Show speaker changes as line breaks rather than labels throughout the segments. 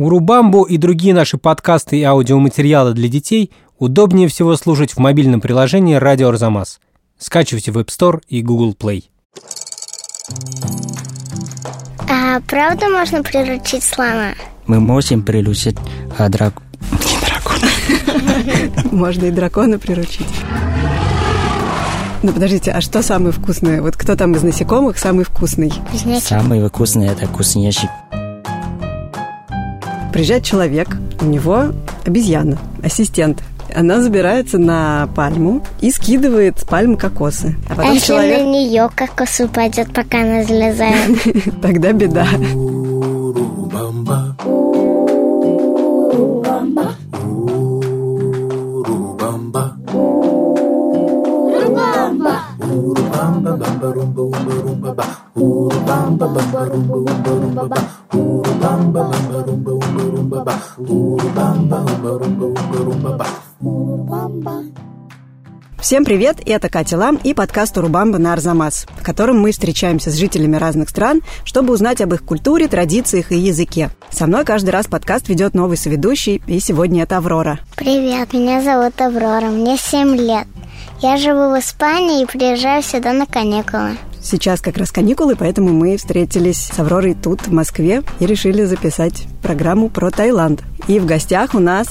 Урубамбу и другие наши подкасты и аудиоматериалы для детей удобнее всего слушать в мобильном приложении «Радио Арзамас». Скачивайте в App Store и Google Play.
А правда можно приручить слона?
Мы можем приручить а, драк... не дракона.
Можно и дракона приручить. Ну, подождите, а что самое вкусное? Вот кто там из насекомых самый вкусный?
Знаете,
Самый вкусный это вкуснейший.
Приезжает человек, у него обезьяна, ассистент. Она забирается на пальму и скидывает с пальмы кокосы. А
а
потом
если на
человек...
нее кокос упадет, пока она залезает?
Тогда беда. Всем привет, это Катя Лам и подкаст «Урубамба» на Арзамас, в котором мы встречаемся с жителями разных стран, чтобы узнать об их культуре, традициях и языке. Со мной каждый раз подкаст ведет новый соведущий, и сегодня это Аврора.
Привет, меня зовут Аврора, мне 7 лет. Я живу в Испании и приезжаю сюда на каникулы.
Сейчас как раз каникулы, поэтому мы встретились с Авророй тут, в Москве, и решили записать программу про Таиланд. И в гостях у нас...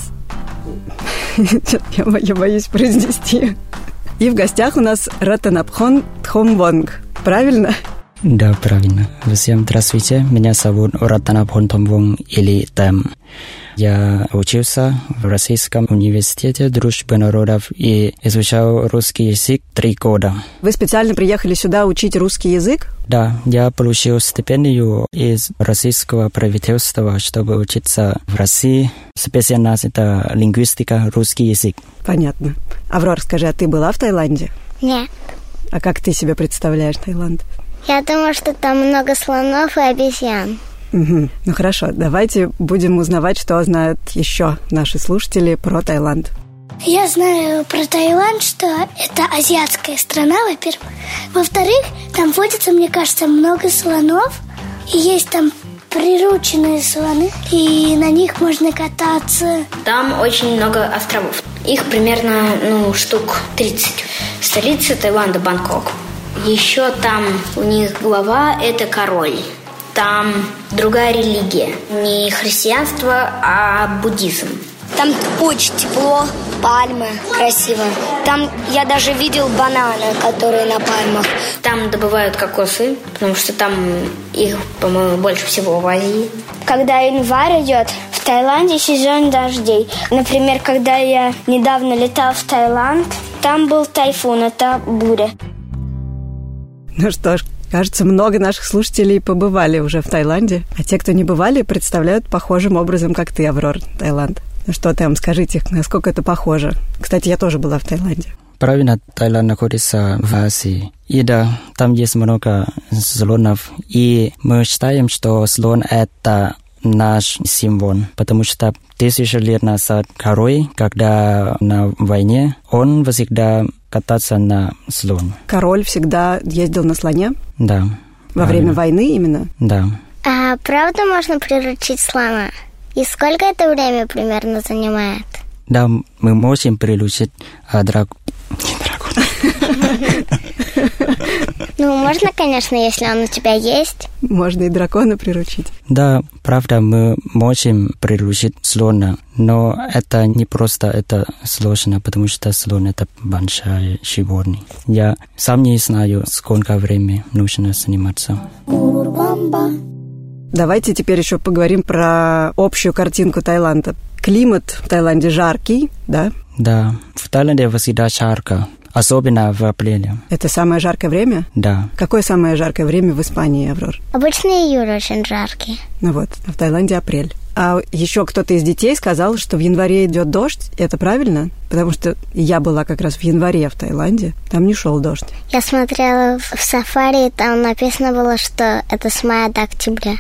Чё-то Я, бо- я боюсь произнести. И в гостях у нас Ратанапхон Тхомвонг. Правильно?
Да, правильно. Всем здравствуйте. Меня зовут Ратанапхон Томвонг или Тэм. Я учился в Российском университете дружбы народов и изучал русский язык три года.
Вы специально приехали сюда учить русский язык?
Да, я получил стипендию из российского правительства, чтобы учиться в России. Специальность это лингвистика, русский язык.
Понятно. Аврор, скажи, а ты была в Таиланде?
Нет,
А как ты себе представляешь Таиланд?
я думаю, что там много слонов и обезьян.
Мгм. Ну хорошо, давайте будем узнавать, что знают еще наши слушатели про Таиланд.
Я знаю про Таиланд, что это азиатская страна, во-первых. Во-вторых, там водится, мне кажется, много слонов. И есть там прирученные слоны, и на них можно кататься.
Там очень много островов. Их примерно, ну, штук 30. Столица Таиланда – Бангкок. Еще там у них глава – это король. Там другая религия. Не христианство, а буддизм.
Там очень тепло, пальмы красиво. Там я даже видел бананы, которые на пальмах.
Там добывают кокосы, потому что там их, по-моему, больше всего в Азии.
Когда январь идет, в Таиланде сезон дождей. Например, когда я недавно летал в Таиланд, там был тайфун, это буря.
Ну что ж, кажется, много наших слушателей побывали уже в Таиланде, а те, кто не бывали, представляют похожим образом, как ты, Аврор, Таиланд. Ну что, там, скажите, насколько это похоже? Кстати, я тоже была в Таиланде.
Правильно, Таиланд находится в Азии. И да, там есть много слонов. И мы считаем, что слон – это наш символ, потому что тысячи лет назад король, когда на войне, он всегда катался на слон.
Король всегда ездил на слоне
Да.
во
Правильно.
время войны именно.
Да.
А правда можно приручить слона? И сколько это время примерно занимает?
Да, мы можем приручить а, драк- не дракона.
Ну, можно, конечно, если он у тебя есть.
Можно и дракона приручить.
Да, правда, мы можем приручить слона, но это не просто это сложно, потому что слон это большая животное. Я сам не знаю, сколько времени нужно заниматься.
Давайте теперь еще поговорим про общую картинку Таиланда. Климат в Таиланде жаркий, да?
Да, в Таиланде всегда жарко, особенно в апреле.
Это самое жаркое время?
Да,
Какое самое жаркое время в Испании, Аврор?
Обычно июль очень жаркий.
Ну вот, а в Таиланде апрель. А еще кто-то из детей сказал, что в январе идет дождь. Это правильно? Потому что я была как раз в январе в Таиланде. Там не шел дождь.
Я смотрела в, в сафари, и там написано было, что это с мая до октября.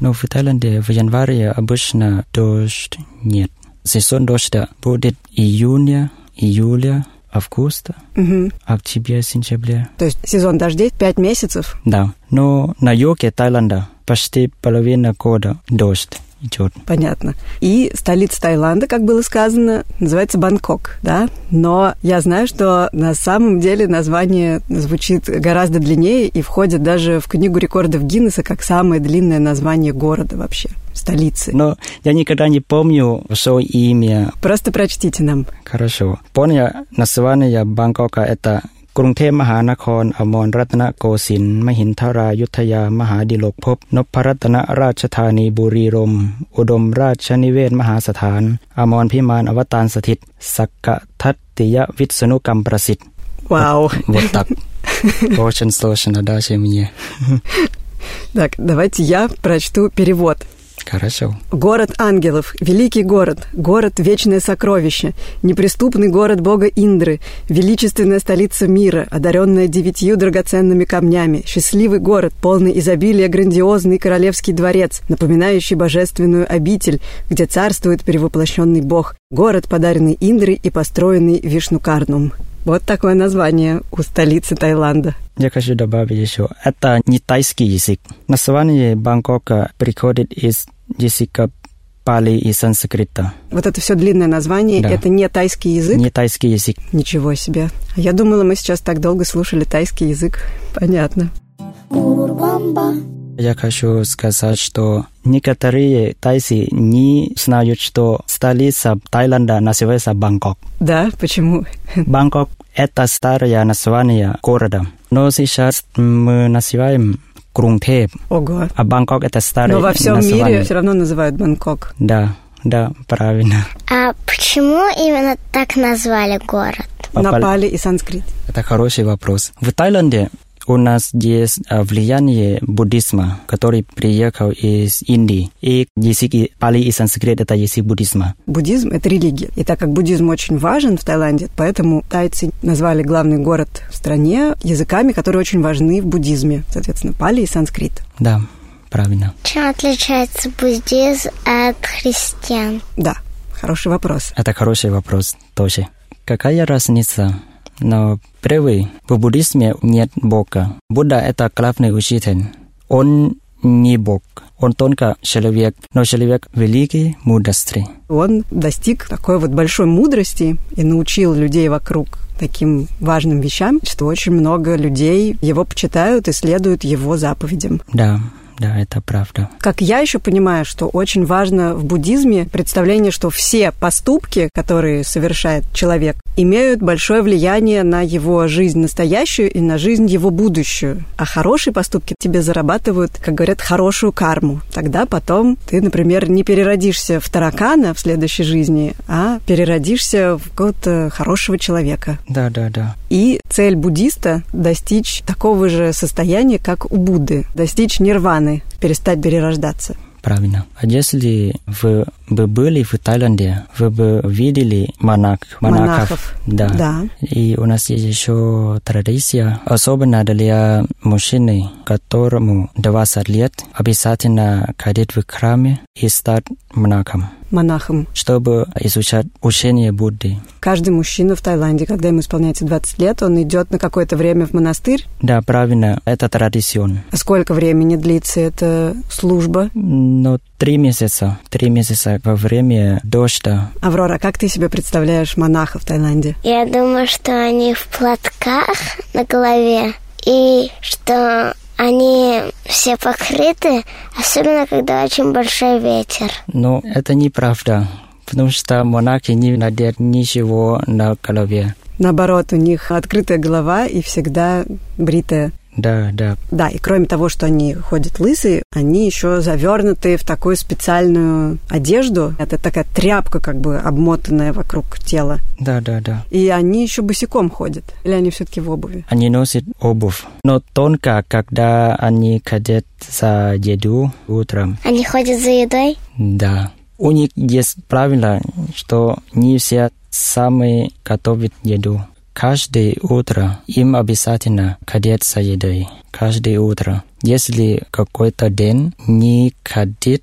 но в Таиланде в январе обычно дождь нет. Сезон дождя будет июня, июля, августа,
Мгм.
октября, сентября.
То есть сезон дождей 5 месяцев.
Да, но на юге Таиланда почти половина года дождь. идет.
Понятно. И столица Таиланда, как было сказано, называется Бангкок, да? Но я знаю, что на самом деле название звучит гораздо длиннее и входит даже в книгу рекордов Гиннесса как самое длинное название города вообще, столицы.
Но я никогда не помню все имя.
Просто прочтите нам.
Хорошо. Помню название Бангкока это กรุงเทพมหานคร อมรรัตนโกสินทร์มหินทรายุธยา มหาดิโลกภพนพรัตนราชธานีบุรีรมย์อุดมราชนิเวศมหาสถาน อมรพิมานอวตารสถิต สักกะทัตติยวิษณุกรรมประสิทธิ์
Вау.
Вот так. Очень сложно даже мне.
Так, давайте я прочту перевод.
Хорошо.
Город ангелов, великий город, город вечное сокровище, неприступный город бога Индры, величественная столица мира, одаренная девятью драгоценными камнями, счастливый город, полный изобилия грандиозный королевский дворец, напоминающий божественную обитель, где царствует перевоплощенный бог, город, подаренный Индрой и построенный Вишнукарном. Вот такое название у столицы Таиланда.
Я хочу добавить еще. Это не тайский язык. Название Бангкока приходит из языка пали и санскрита.
Вот это все длинное название,
Да.
это не тайский язык.
Не тайский язык.
Ничего себе. А Я думала, мы сейчас так долго слушали тайский язык. Понятно.
Я хочу сказать, что некоторые тайцы не знают, что столица Таиланда называется Бангкок.
Да, почему?
Бангкок – это старое название города. Но сейчас мы называем Крунгтеп,
Ого.
а Бангкок – это старое
Но во всем
название.
мире все равно называют Бангкок.
Да, да, правильно.
А почему именно так назвали город?
Попали.
Напали и санскрит.
Это хороший вопрос. В Таиланде у нас есть а, влияние буддизма, который приехал из Индии. И язык и- пали и санскрит – это язык буддизма.
Буддизм – это религия. И так как буддизм очень важен в Таиланде, поэтому тайцы назвали главный город в стране языками, которые очень важны в буддизме. Соответственно, пали и санскрит.
Да, правильно.
Чем отличается буддизм от христиан?
Да, хороший вопрос.
Это хороший вопрос тоже. Какая разница? Но первый, в буддизме нет Бога. Будда – это главный учитель. Он не Бог. Он только человек, но человек великий, мудрости.
Он достиг такой вот большой мудрости и научил людей вокруг таким важным вещам, что очень много людей его почитают и следуют его заповедям.
Да, да, это правда.
Как я еще понимаю, что очень важно в буддизме представление, что все поступки, которые совершает человек, имеют большое влияние на его жизнь настоящую и на жизнь его будущую. А хорошие поступки тебе зарабатывают, как говорят, хорошую карму. Тогда потом ты, например, не переродишься в таракана в следующей жизни, а переродишься в какого-то хорошего человека.
Да, да, да.
И цель буддиста – достичь такого же состояния, как у Будды, достичь нирваны, перестать перерождаться.
Правильно. А если вы бы были в Таиланде, вы бы видели монах, монахов. Да.
Да.
И у нас есть еще традиция, особенно для мужчины, которому 20 лет, обязательно ходить в храме и стать монахом,
монахом.
чтобы изучать учение Будды.
Каждый мужчина в Таиланде, когда ему исполняется 20 лет, он идет на какое-то время в монастырь.
Да, правильно, это традиция.
А сколько времени длится эта служба?
Но три месяца, три месяца во время дождя
Аврора, как ты себе представляешь монаха в Таиланде?
Я думаю, что они в платках на голове и что они все покрыты, особенно когда очень большой ветер.
Но это неправда, потому что монахи не надеют ничего на голове.
Наоборот, у них открытая голова и всегда бритая.
Да, да,
Да, и кроме того, что они ходят лысые, они еще завернуты в такую специальную одежду. Это такая тряпка, как бы обмотанная вокруг тела.
да, да, да.
И они еще босиком ходят. Или они все-таки в обуви?
Они носят обувь, но тонко, когда они ходят за еду утром.
Они ходят за едой?
Да. У них есть правило, что не все сами готовят еду. Каждое утро им обязательно ходят за едой. Каждое утро. Если какой-то день не ходит,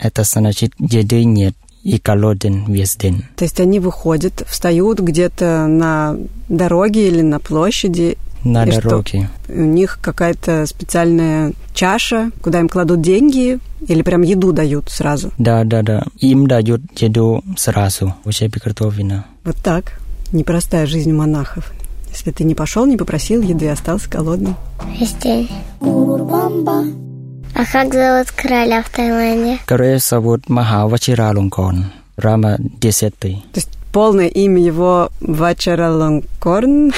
это значит еды нет и голоден весь день.
То есть они выходят, встают где-то на дороге или на площади
на
И что?
дороге.
У них какая-то специальная чаша, куда им кладут деньги или прям еду дают сразу.
Да, да, да. Им дают еду сразу, уже приготовлено.
Вот так. Непростая жизнь у монахов. Если ты не пошел, не попросил еды, остался голодным.
весь день. А как зовут короля в Таиланде?
Корея зовут Махавачира Лонгкорн, Рама 10.
То есть полное имя его Вачараланкорн.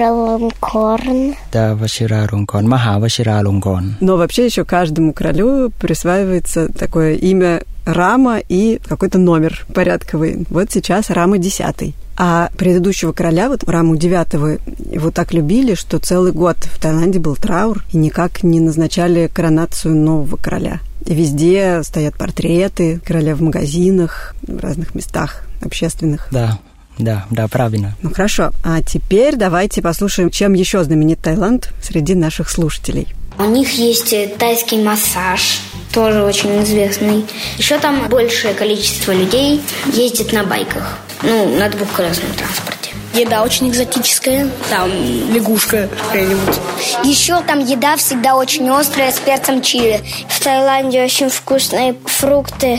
Вачараланкорн.
Да, Вачира Лонгкорн, Махавачира Лонгкорн.
Но вообще еще каждому королю присваивается такое имя Рама и какой-то номер порядковый. Вот сейчас Рама десятый. А предыдущего короля, вот Раму девятого, его так любили, что целый год в Таиланде был траур, и никак не назначали коронацию нового короля. И везде стоят портреты короля в магазинах, в разных местах общественных.
Да, да, да, правильно.
Ну хорошо, а теперь давайте послушаем, чем еще знаменит Таиланд среди наших слушателей.
У них есть э, тайский массаж, тоже очень известный. Еще там большее количество людей ездит на байках, ну, на двухколесном транспорте.
Еда очень экзотическая. Там лягушка какая-нибудь.
Еще там еда всегда очень острая с перцем чили. В Таиланде очень вкусные фрукты.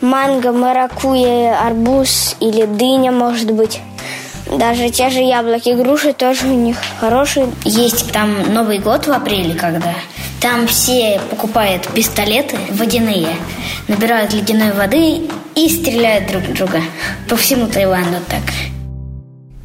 Манго, маракуйя, арбуз или дыня, может быть. Даже те же яблоки, груши тоже у них хорошие.
Есть там Новый год в апреле, когда там все покупают пистолеты водяные, набирают ледяной воды и стреляют друг в друга. По всему Таиланду так.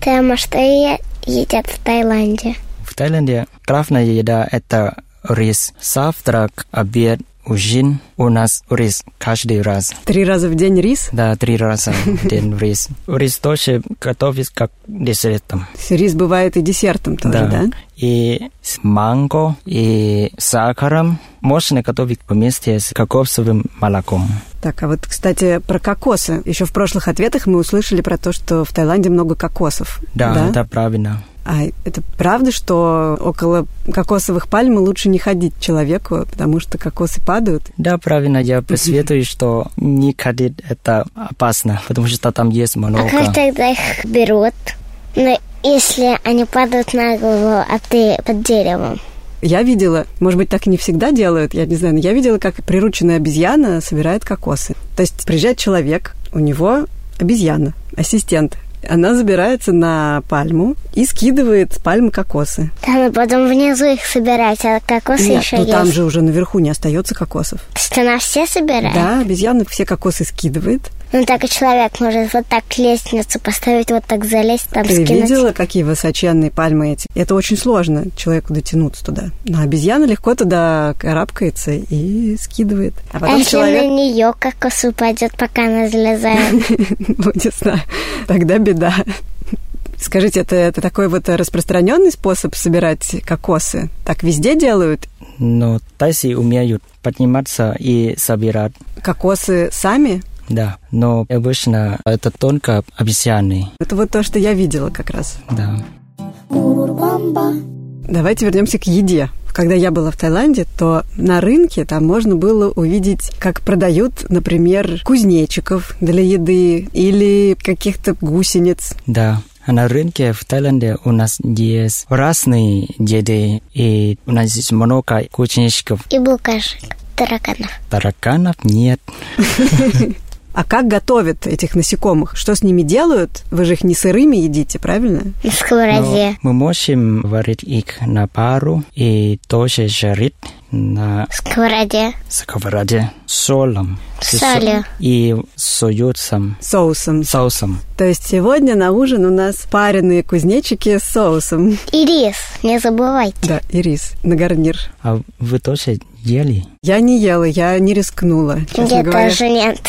Тема, что е- едят в Таиланде?
В Таиланде главная еда – это рис. Завтрак, обед, ужин. У нас рис каждый раз.
Три раза в день рис.
Да, три раза в день рис. Рис тоже готовится как десертом.
Рис бывает и десертом тоже, да?
И с манго, и сахаром. Можно готовить вместе с кокосовым молоком.
Так, а вот, кстати, про кокосы. Еще в прошлых ответах мы услышали про то, что в Таиланде много кокосов.
Да, да, правильно.
А это правда, что около кокосовых пальм лучше не ходить человеку, потому что кокосы падают?
Да, правильно, я посоветую, что не ходить, это опасно, потому что там есть
А как
много.
тогда их берут? Ну, если они падают на голову, а ты под деревом.
Я видела, может быть, так и не всегда делают, я не знаю, но я видела, как прирученная обезьяна собирает кокосы. То есть приезжает человек, у него обезьяна, ассистент. Она забирается на пальму и скидывает с пальмы кокосы.
Да, но потом внизу их собирать, а кокосы
Нет,
еще
ну
есть.
там же уже наверху не остается кокосов.
То есть она все собирает?
Да, обезьяна все кокосы скидывает.
Ну так и человек может вот так лестницу поставить, вот так залезть, там
Ты
скинуть.
видела, какие высоченные пальмы эти? Это очень сложно человеку дотянуться туда. Но обезьяна легко туда карабкается и скидывает. А
а
потом
если на
человек
нее кокос упадет, пока она залезает?
ну, не знаю, тогда беда. Скажите, это, это такой вот распространенный способ собирать кокосы? Так везде делают?
Но тайцы умеют подниматься и собирать,
Кокосы сами?
да. Но обычно это только обезьяны,
Это вот то, что я видела как раз.
да.
Давайте вернемся к еде. Когда я была в Таиланде, то на рынке там можно было увидеть, как продают, например, кузнечиков для еды или каких-то гусениц.
Да. А на рынке в Таиланде у нас есть разные еды, и у нас здесь много кузнечиков.
И букашек, тараканов.
Тараканов нет.
А как готовят этих насекомых? Что с ними делают? Вы же их не сырыми едите, правильно?
На
Но
Ну
сковороде.
мы можем варить их на пару и тоже жарить на
В сковороде.
сковороде с солом. С со-
Солью.
И с соусом.
Соусом.
Соусом.
То есть сегодня на ужин у нас пареные кузнечики с соусом.
И рис, не забывайте.
Да, и рис на гарнир.
А вы тоже ели?
Я не ела, я не рискнула, честно
Я
говоря.
тоже нет.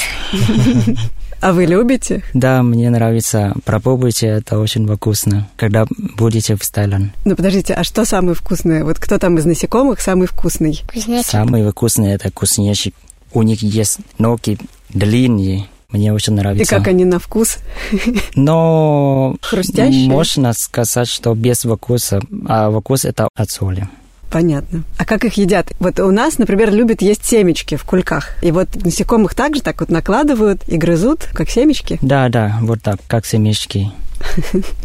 А вы любите?
Да, мне нравится. Попробуйте, это очень вкусно, когда будете в Таиланде.
Ну, подождите, а что самое вкусное? Вот кто там из насекомых самый вкусный?
Кузнечик.
Самый вкусный это кузнечик. У них есть ноги длинные. Мне очень
И
нравится.
как они на вкус?
Но
Хрустящие?
можно сказать, что без вкуса. А вкус это от соли.
Понятно. А как их едят? Вот у нас, например, любят есть семечки в кульках. И вот насекомых также так вот накладывают и грызут, как семечки.
Да, да, вот так, как семечки.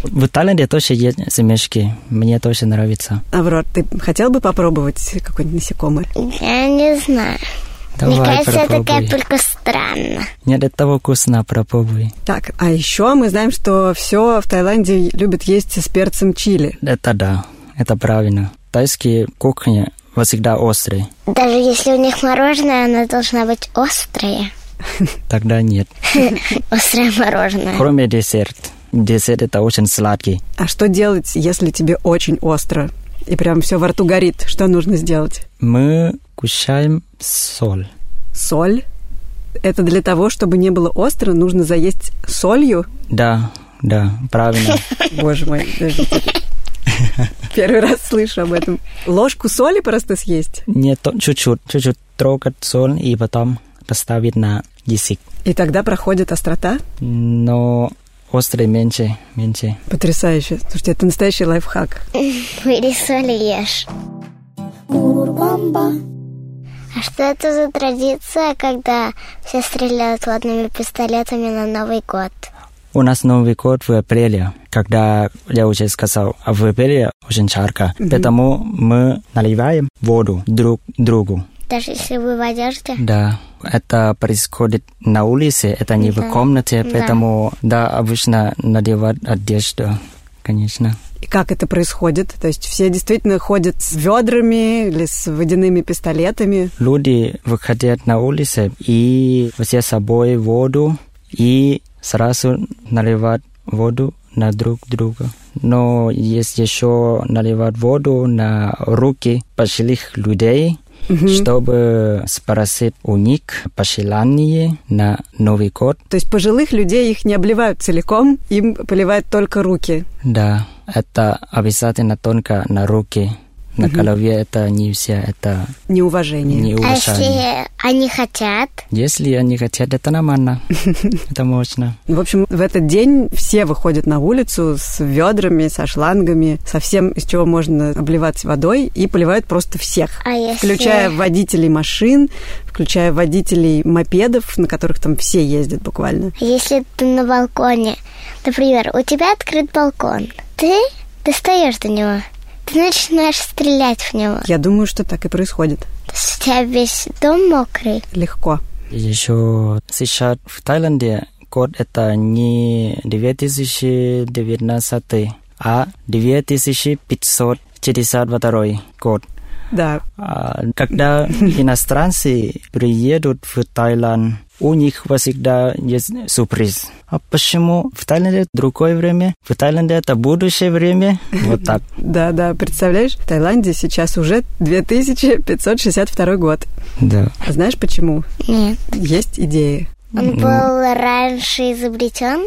В Таиланде тоже есть семечки. Мне тоже нравится.
Аврор, ты хотел бы попробовать какое-нибудь насекомое?
Я не знаю. Мне
Давай,
кажется, это
попробуй.
только странно.
Нет, это вкусно, попробуй.
Так, а еще мы знаем, что все в Таиланде любят есть с перцем чили.
Это да, это правильно. Тайские кухни всегда острые.
Даже если у них мороженое, оно должно быть острое.
Тогда нет.
Острое мороженое.
Кроме десерт. Десерт это очень сладкий.
А что делать, если тебе очень остро и прям все во рту горит? Что нужно сделать?
Мы кушаем соль.
Соль? Это для того, чтобы не было остро, нужно заесть солью?
Да, да, правильно.
Боже мой, подождите. Первый раз слышу об этом. Ложку соли просто съесть?
Нет, то- чуть-чуть, чуть-чуть трогать соль и потом поставить на язык.
И тогда проходит острота?
Но острый меньше, меньше.
Потрясающе. Слушайте, это настоящий лайфхак.
Или соли ешь. А что это за традиция, когда все стреляют водными пистолетами на Новый год?
У нас Новый год в апреле, когда я уже сказал, а в апреле очень жарко, поэтому мы наливаем воду друг другу.
Даже если вы в одежде?
Да, это происходит на улице, это не в комнате, поэтому да, обычно надевать одежду, конечно.
И как это происходит? То есть все действительно ходят с ведрами или с водяными пистолетами?
Люди выходят на улицу и все с собой воду и сразу наливают воду на друг друга. Но есть еще наливать воду на руки пожилых людей, чтобы спросить у них пожелание на Новый год.
То есть пожилых людей их не обливают целиком, им поливают только руки.
Да, это обязательно только на руки. На голове это не все, это
Неуважение.
не
А
уважение.
если они хотят?
Если они хотят, это нормально. Это можно.
Ну, В общем, в этот день все выходят на улицу с ведрами, со шлангами, со всем, из чего можно обливать водой, и поливают просто всех.
А если-
Включая водителей машин, включая водителей мопедов, на которых там все ездят буквально.
А Если ты на балконе, например, у тебя открыт балкон, ты достаешь до него, ты начинаешь стрелять в него.
Я думаю, что так и происходит.
То есть у тебя весь дом мокрый.
Легко.
Еще сейчас в Таиланде год это не 2019, а 2562 год.
Да.
А, Когда иностранцы приедут в Таиланд, у них всегда есть сюрприз. А почему в Таиланде другое время? В Таиланде это будущее время. Вот так.
Да, да, представляешь, в Таиланде сейчас уже 2562 год.
Да.
А знаешь почему?
Нет.
Есть идеи.
Он был раньше изобретен.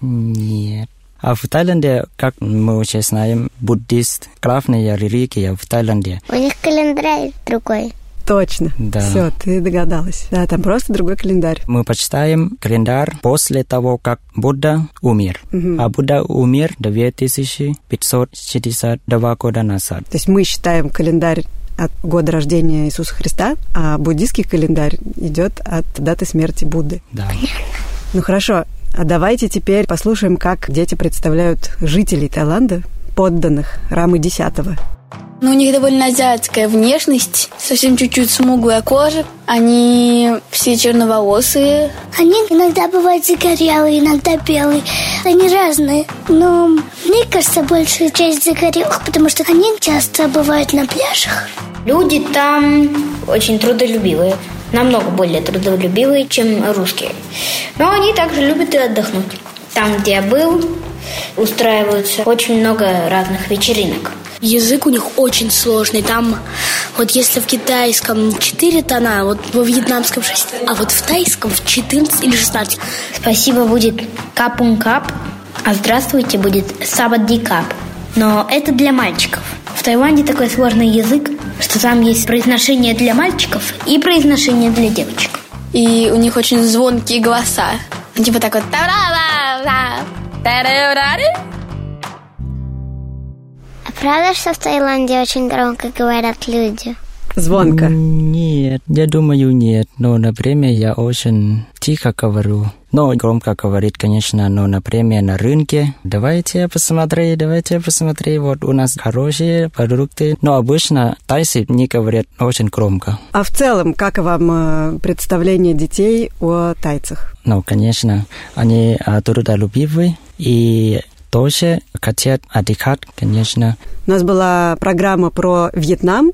Нет. А в Таиланде, как мы уже знаем, буддист, главная религия в Таиланде.
У них календарь другой.
Точно.
Да.
Все, ты догадалась. Да, там просто другой календарь.
Мы почитаем календарь после того, как Будда умер. А Будда умер 2562 года назад.
То есть мы считаем календарь от года рождения Иисуса Христа, а буддийский календарь идет от даты смерти Будды.
Да.
Ну хорошо, а давайте теперь послушаем, как дети представляют жителей Таиланда, подданных Рамы Десятого.
Но у них довольно азиатская внешность, совсем чуть-чуть смуглая кожа. Они все черноволосые.
Они иногда бывают загорелые, иногда белые. Они разные. Но мне кажется, большая часть загорелых, потому что они часто бывают на пляжах.
Люди там очень трудолюбивые, намного более трудолюбивые, чем русские. Но они также любят и отдохнуть. Там, где я был, устраиваются очень много разных вечеринок.
Язык у них очень сложный. Там, вот если в китайском 4 тона, а вот во вьетнамском 6, а вот в тайском в 14 или 16.
Спасибо будет капун кап, а здравствуйте будет сабадди кап. Но это для мальчиков. В Таиланде такой сложный язык, что там есть произношение для мальчиков и произношение для девочек.
И у них очень звонкие голоса. Типа так вот. «Тарара-ра, тарара-ра».
А правда, что в Таиланде очень громко говорят люди?
звонко?
Нет, я думаю, нет. Но на время я очень тихо говорю. Но громко говорит, конечно, но на время на рынке. Давайте посмотри, давайте посмотри, вот у нас хорошие продукты. Но обычно тайцы не говорят очень громко.
А в целом, как вам э, представление детей о тайцах?
Ну, конечно, они а, трудолюбивы и тоже хотят отдыхать, конечно.
У нас была программа про Вьетнам,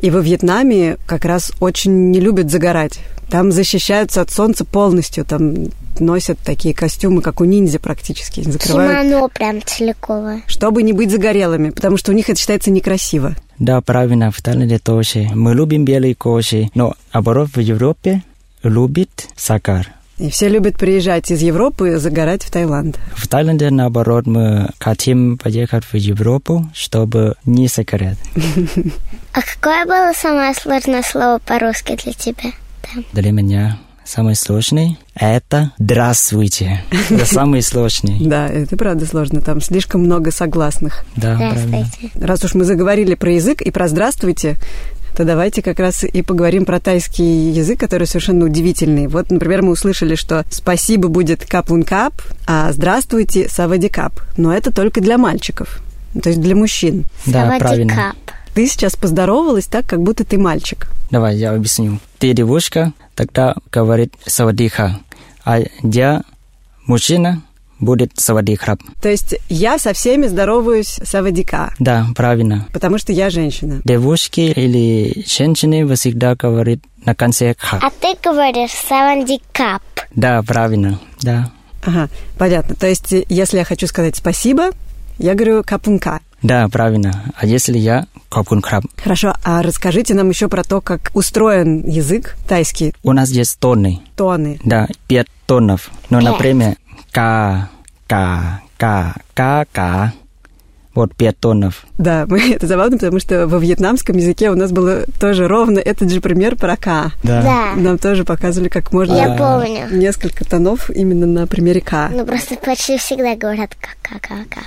и во Вьетнаме как раз очень не любят загорать. Там защищаются от солнца полностью, там носят такие костюмы, как у ниндзя практически, закрывают,
Кимоно прям целиковое.
чтобы не быть загорелыми, потому что у них это считается некрасиво.
Да, правильно, в Таиланде тоже. Мы любим белые кожи, но оборот в Европе любит сакар.
И все любят приезжать из Европы загорать в Таиланд.
В Таиланде, наоборот, мы хотим поехать в Европу, чтобы не сакарят.
А какое было самое сложное слово по-русски для тебя? Там.
Для меня самый сложный – это «здравствуйте». Это самый сложный.
Да, это правда сложно, там слишком много согласных.
Да, правильно.
Э, Здравствуйте.
Раз уж мы заговорили про язык и про «здравствуйте», то давайте как раз и поговорим про тайский язык, который совершенно удивительный. Вот, например, мы услышали, что «спасибо» будет «капун-кап», а «здравствуйте» – «савадикап». Но это только для мальчиков, ну, то есть для мужчин.
Да, правильно.
Савадикап.
Ты сейчас поздоровалась так, как будто ты мальчик.
Давай, я объясню. Ты девушка, тогда говорит «савадиха», а я мужчина, будет «савадихрап».
То есть я со всеми здороваюсь савадика,
Да, правильно.
потому что я женщина.
Девушки или женщины вы всегда говорят на конце «ха».
А ты говоришь савандикап.
Да, правильно, да.
Ага, понятно. То есть э, если я хочу сказать спасибо, я говорю капунка.
Да, правильно. А если я капкун краб?
Хорошо, а расскажите нам еще про то, как устроен язык тайский,
У нас есть тонны.
тоны.
Да, пять тонов. Но, например, ка, ка, ка, ка, ка. Вот пять тонов.
Да, мы, это забавно, потому что во вьетнамском языке у нас было тоже ровно этот же пример про «ка».
Да,
Нам тоже показывали, как можно
я помню.
несколько тонов именно на примере «ка».
Ну, просто почти всегда говорят ка-ка-ка-ка.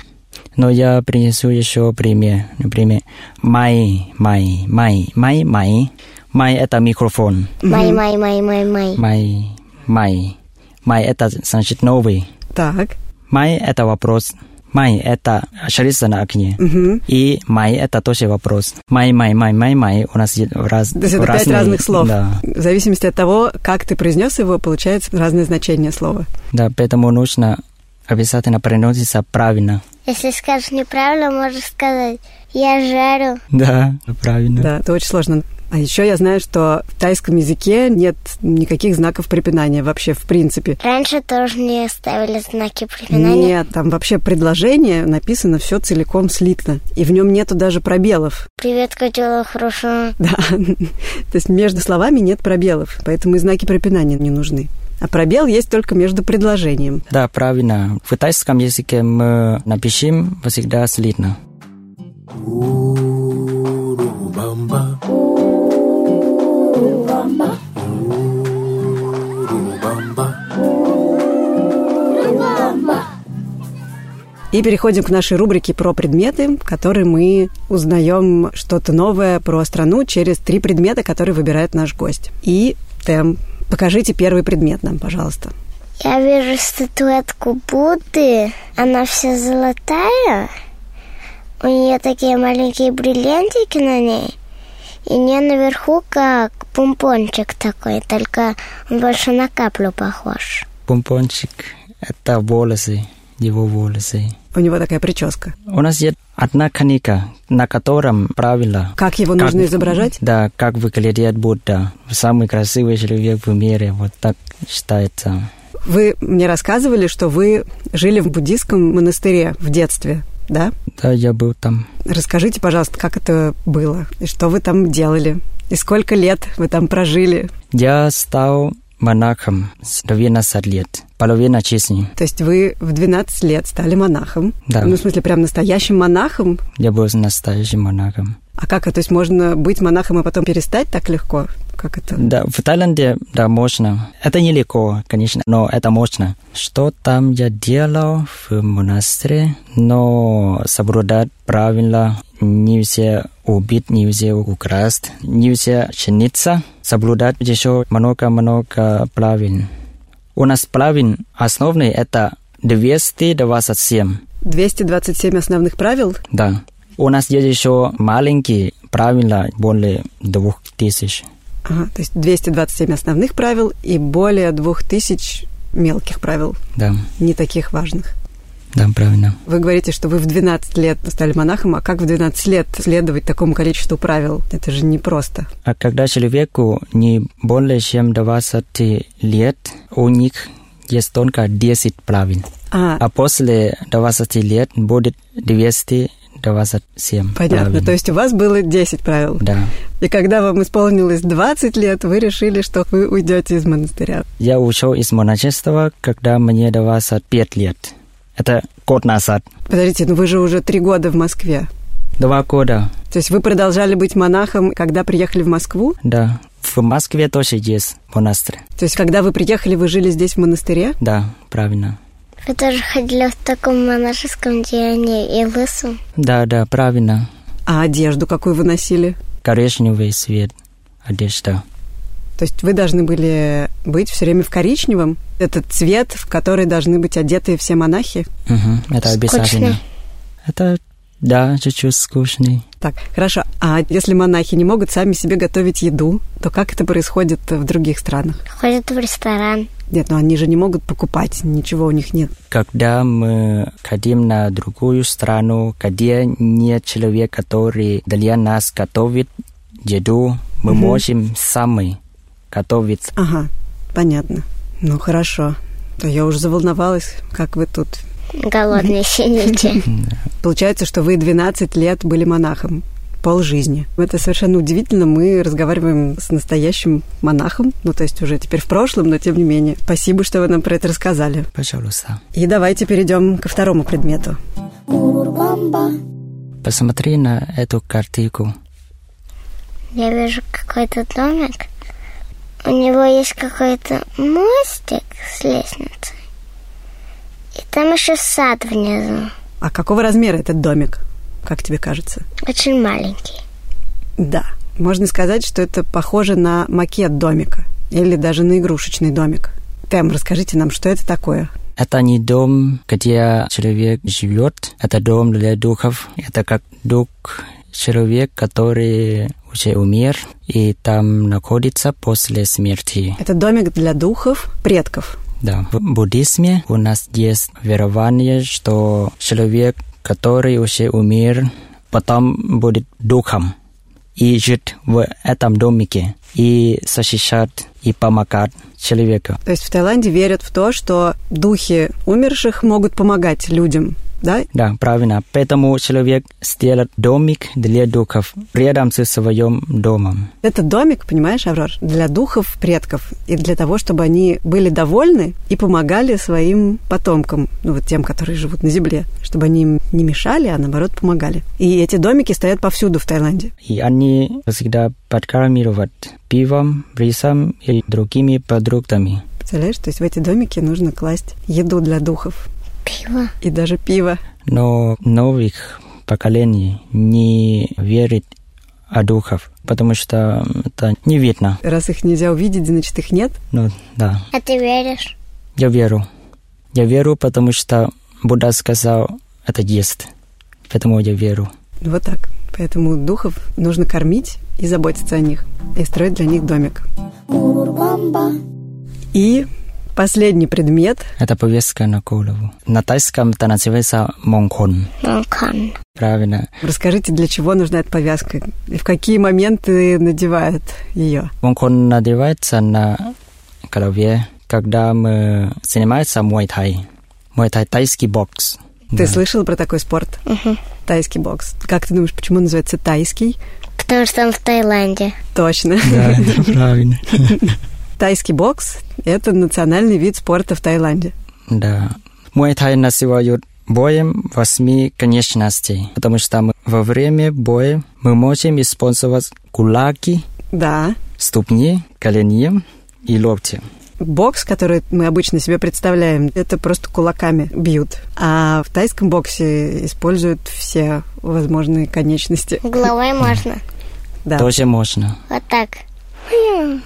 Но я принесу еще пример. Например, май, май, май, май, май. Май – это микрофон.
Май-май-май-май-май.
Май, май. Май – это значит новый.
Так,
Май – это вопрос. Май – это шарица на окне. И май – это тоже вопрос. Май, май, май, май, май. У нас есть раз,
то есть это пять
разные-
разных слов.
Да.
В зависимости от того, как ты произнес его, получается разное значение слова.
да, поэтому нужно обязательно приноситься правильно.
Если скажешь неправильно, можешь сказать «я жарю».
Да, правильно.
Да, это очень сложно. А еще я знаю, что в тайском языке нет никаких знаков препинания вообще, в принципе.
Раньше тоже не ставили знаки препинания.
Нет, там вообще предложение написано все целиком слитно. И в нем нету даже пробелов.
Привет, котелок хорошо.
Да. То есть между словами нет пробелов, поэтому и знаки препинания не нужны. А пробел есть только между предложением.
Да, правильно. В китайском языке мы напишем всегда слитно.
И переходим к нашей рубрике про предметы, в которой мы узнаем что-то новое про страну через три предмета, которые выбирает наш гость. И Тем, покажите первый предмет нам, пожалуйста.
Я вижу статуэтку Будды. Она вся золотая. У нее такие маленькие бриллиантики на ней. И не наверху как пумпончик такой, только он больше на каплю похож.
Помпончик – это волосы, его волосы.
У него такая прическа.
У нас есть одна книга, на котором правила.
Как его
Как-
нужно изображать?
Да, как выглядит Будда. Самый красивый человек в мире, вот так считается.
Вы мне рассказывали, что вы жили в буддийском монастыре в детстве, да?
Да, я был там.
Расскажите, пожалуйста, как это было, и что вы там делали, и сколько лет вы там прожили.
Я стал монахом с 12 лет, половина жизни.
То есть вы в 12 лет стали монахом.
Да.
Ну, в смысле, прям настоящим монахом.
Я был настоящим монахом.
А как? это? То есть можно быть монахом и потом перестать так легко? Как это?
Да, в Таиланде, да, можно. Это нелегко, конечно, но это можно. Что там я делал в монастыре, но соблюдать правила нельзя убить, нельзя украсть, нельзя жениться, соблюдать еще много-много правил. У нас правил основные это 227,
227 основных правил.
да. У нас есть еще маленькие правила, более двух тысяч.
Ага, то есть 227 основных правил и более 2000 мелких правил,
Да,
не таких важных.
да, правильно.
Вы говорите, что вы в 12 лет стали монахом, а как в 12 лет следовать такому количеству правил? Это же непросто.
А когда человеку не более чем 20 лет, у них есть только 10 правил.
А,
А после 20 лет будет 227
понятно.
правил.
То есть у вас было 10 правил.
Да.
И когда вам исполнилось 20 лет, вы решили, что вы уйдете из монастыря.
Я ушел из монашества, когда мне 25 лет. Это год назад.
Подождите, ну вы же уже три года в Москве.
Два года,
То есть вы продолжали быть монахом, когда приехали в Москву?
да. В Москве тоже есть монастырь.
То есть когда вы приехали, вы жили здесь в монастыре?
Да, правильно.
Вы тоже ходили в таком монашеском деянии и лысом.
Да, да, правильно.
А одежду какую вы носили?
Коричневый свет одежда.
То есть вы должны были быть все время в коричневом. Это цвет, в который должны быть одеты все монахи.
Мгм, это обязательно. Это, да, чуть-чуть скучный.
Так, хорошо. А если монахи не могут сами себе готовить еду, то как это происходит в других странах?
Ходят в ресторан.
Нет, ну они же не могут покупать, ничего у них нет.
Когда мы ходим на другую страну, где нет человека, который для нас готовит еду, мы можем сами готовить.
Ага, понятно. Ну хорошо. То я уже заволновалась, как вы тут.
Голодные сидите.
Получается, что вы 12 лет были монахом пол жизни. Это совершенно удивительно. Мы разговариваем с настоящим монахом, ну то есть уже теперь в прошлом, но тем не менее. Спасибо, что вы нам про это рассказали.
Пожалуйста.
И давайте перейдем ко второму предмету.
Посмотри на эту картинку.
Я вижу какой-то домик. У него есть какой-то мостик с лестницей. И там еще сад внизу.
А какого размера этот домик? Как тебе кажется?
Очень маленький.
Да. Можно сказать, что это похоже на макет домика или даже на игрушечный домик. Тем, расскажите нам, что это такое?
Это не дом, где человек живет. Это дом для духов. Это как дух человек, который уже умер и там находится после смерти.
Это домик для духов предков.
Да, в буддизме у нас есть верование, что человек, который уже умер, потом будет духом и жить в этом домике, и защищать, и помогать человеку.
То есть в Таиланде верят в то, что духи умерших могут помогать людям, да?
Да, правильно. Поэтому человек сделает домик для духов рядом со своим домом.
Это домик, понимаешь, Аврор, для духов предков и для того, чтобы они были довольны и помогали своим потомкам, ну вот тем, которые живут на земле, чтобы они им не мешали, а наоборот помогали. И эти домики стоят повсюду в Таиланде.
И они всегда подкармливают пивом, рисом и другими продуктами.
Представляешь, то есть в эти домики нужно класть еду для духов
Пиво.
и даже пиво.
Но новых поколений не верит о духах, потому что это не видно.
Раз их нельзя увидеть, значит их нет.
Ну, да.
А ты веришь?
Я верю. Я верю, потому что Будда сказал, это есть. Поэтому я верю.
Ну, Вот так. Поэтому духов нужно кормить и заботиться о них, и строить для них домик. И последний предмет
Это повестка на голову. На тайском это называется монкон.
Монкан.
Правильно.
Расскажите, для чего нужна эта повязка? И в какие моменты надевают ее?
Монкон надевается на голове, когда мы занимаемся муай-тай. Муай-тай тайский бокс. Да.
Ты слышал про такой спорт? Тайский бокс. Как ты думаешь, почему он называется тайский?
Потому что он в Таиланде.
Точно.
Да, это правильно.
Тайский бокс – это национальный вид спорта в Таиланде.
Да. Муай-тай называют боем восьми конечностей, потому что мы во время боя мы можем использовать кулаки,
Да.
ступни, колени и локти.
Бокс, который мы обычно себе представляем, это просто кулаками бьют. А в тайском боксе используют все возможные конечности.
Головой можно.
Да.
Тоже можно,
Вот так.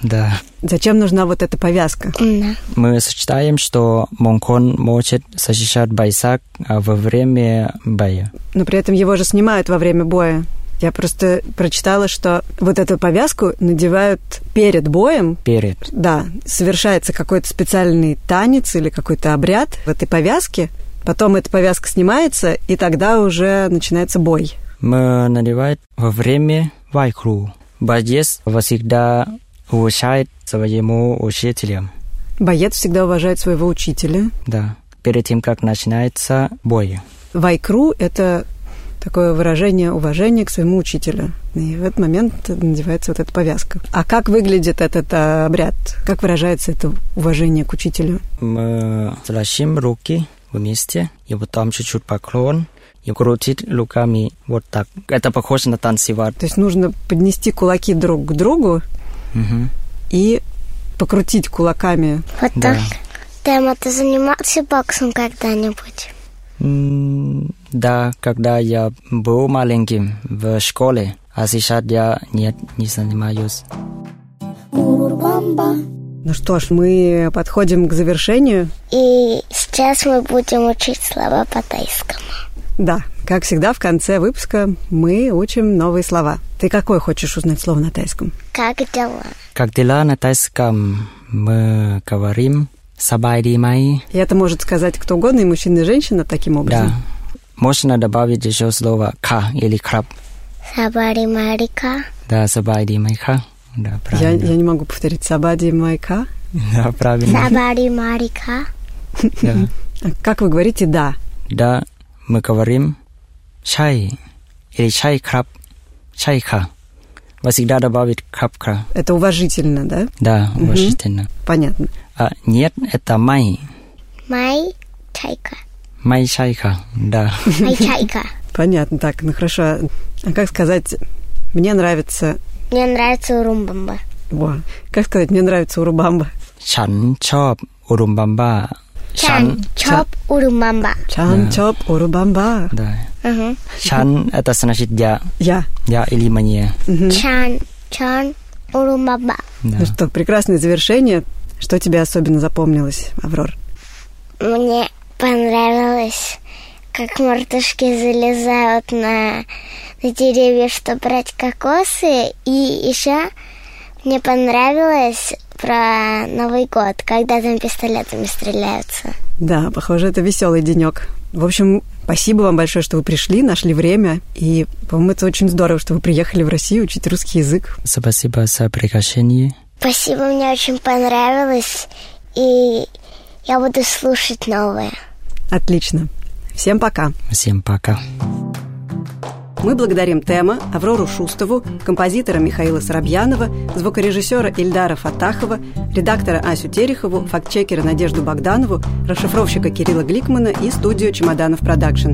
да.
Зачем нужна вот эта повязка?
Да.
Мы считаем, что Монкон может защищать бойца а, во время боя.
Но при этом его же снимают во время боя. Я просто прочитала, что вот эту повязку надевают перед боем.
Перед.
Да, совершается какой-то специальный танец или какой-то обряд в этой повязке. Потом эта повязка снимается, и тогда уже начинается бой.
Мы надеваем во время вайкру. Боец всегда уважает своему учителям.
Боец всегда уважает своего учителя.
Да. Перед тем, как начинается бой.
Вайкру – это такое выражение уважения к своему учителю. И в этот момент надевается вот эта повязка. А как выглядит этот а, обряд? Как выражается это уважение к учителю?
Мы сложим руки вместе, и потом чуть-чуть поклон, и крутить руками вот так. Это похоже на танцевать.
То есть нужно поднести кулаки друг к другу
Мгм.
и покрутить кулаками.
Вот
Да.
так. Тема, ты занимался боксом когда-нибудь?
М, Да, когда я был маленьким в школе, а сейчас я нет, не занимаюсь.
Ну что ж, мы подходим к завершению.
И сейчас мы будем учить слова по-тайскому.
Да, как всегда, в конце выпуска мы учим новые слова. Ты какой хочешь узнать слово на тайском?
Как дела?
Как дела на тайском? Мы говорим «Сабайди май».
И это может сказать кто угодно, и мужчина, и женщина таким образом.
Да. Можно добавить еще слово «ка» или «краб».
Сабари Марика.
Да, «Сабайди май ка». Да,
Я,
правильно.
я не могу повторить Сабади Майка.
Да, правильно.
Сабари Марика.
Да.
А Как вы говорите «да»?
Да, мы говорим «чай» или «чай краб», «чай ка». Вы всегда добавить «краб ка».
Это уважительно, да?
Да, уважительно.
Понятно.
А, нет, это «май».
Май Чайка.
«Май чай ка». Да.
Май Чайка.
Понятно, так, ну хорошо. А как сказать «мне нравится»?
Мне нравится урумбамба.
Во. Как сказать «мне нравится урубамба»?
ฉันชอบอุรุมบัมบ้า
Чан Чоп урумбамба.
Чан чоп урубамба.
ได้
Мгм.
ฉันอัตสนชิตยะ
Я.
ยะอิลิมาเนีย
Чан Чан урумбамба.
นะ
Ну что, прекрасное завершение. Что тебе особенно запомнилось, Аврор?
Мне понравилось, как мартышки залезают на, на деревья, чтобы брать кокосы. И еще мне понравилось про Новый год, когда там пистолетами стреляются.
Да, похоже, это веселый денек. В общем, спасибо вам большое, что вы пришли, нашли время. И, по-моему, это очень здорово, что вы приехали в Россию учить русский язык.
สบายสบายสบายกับเชนี
Спасибо, мне очень понравилось. И я буду слушать новое.
Отлично. Всем пока.
เสียมปากกา
Мы благодарим Тема, Аврору Шустову, композитора Михаила Соробьянова, звукорежиссера Ильдара Фатахова, редактора Асю Терехову, фактчекера Надежду Богданову, расшифровщика Кирилла Гликмана и студию «Чемоданов Продакшн».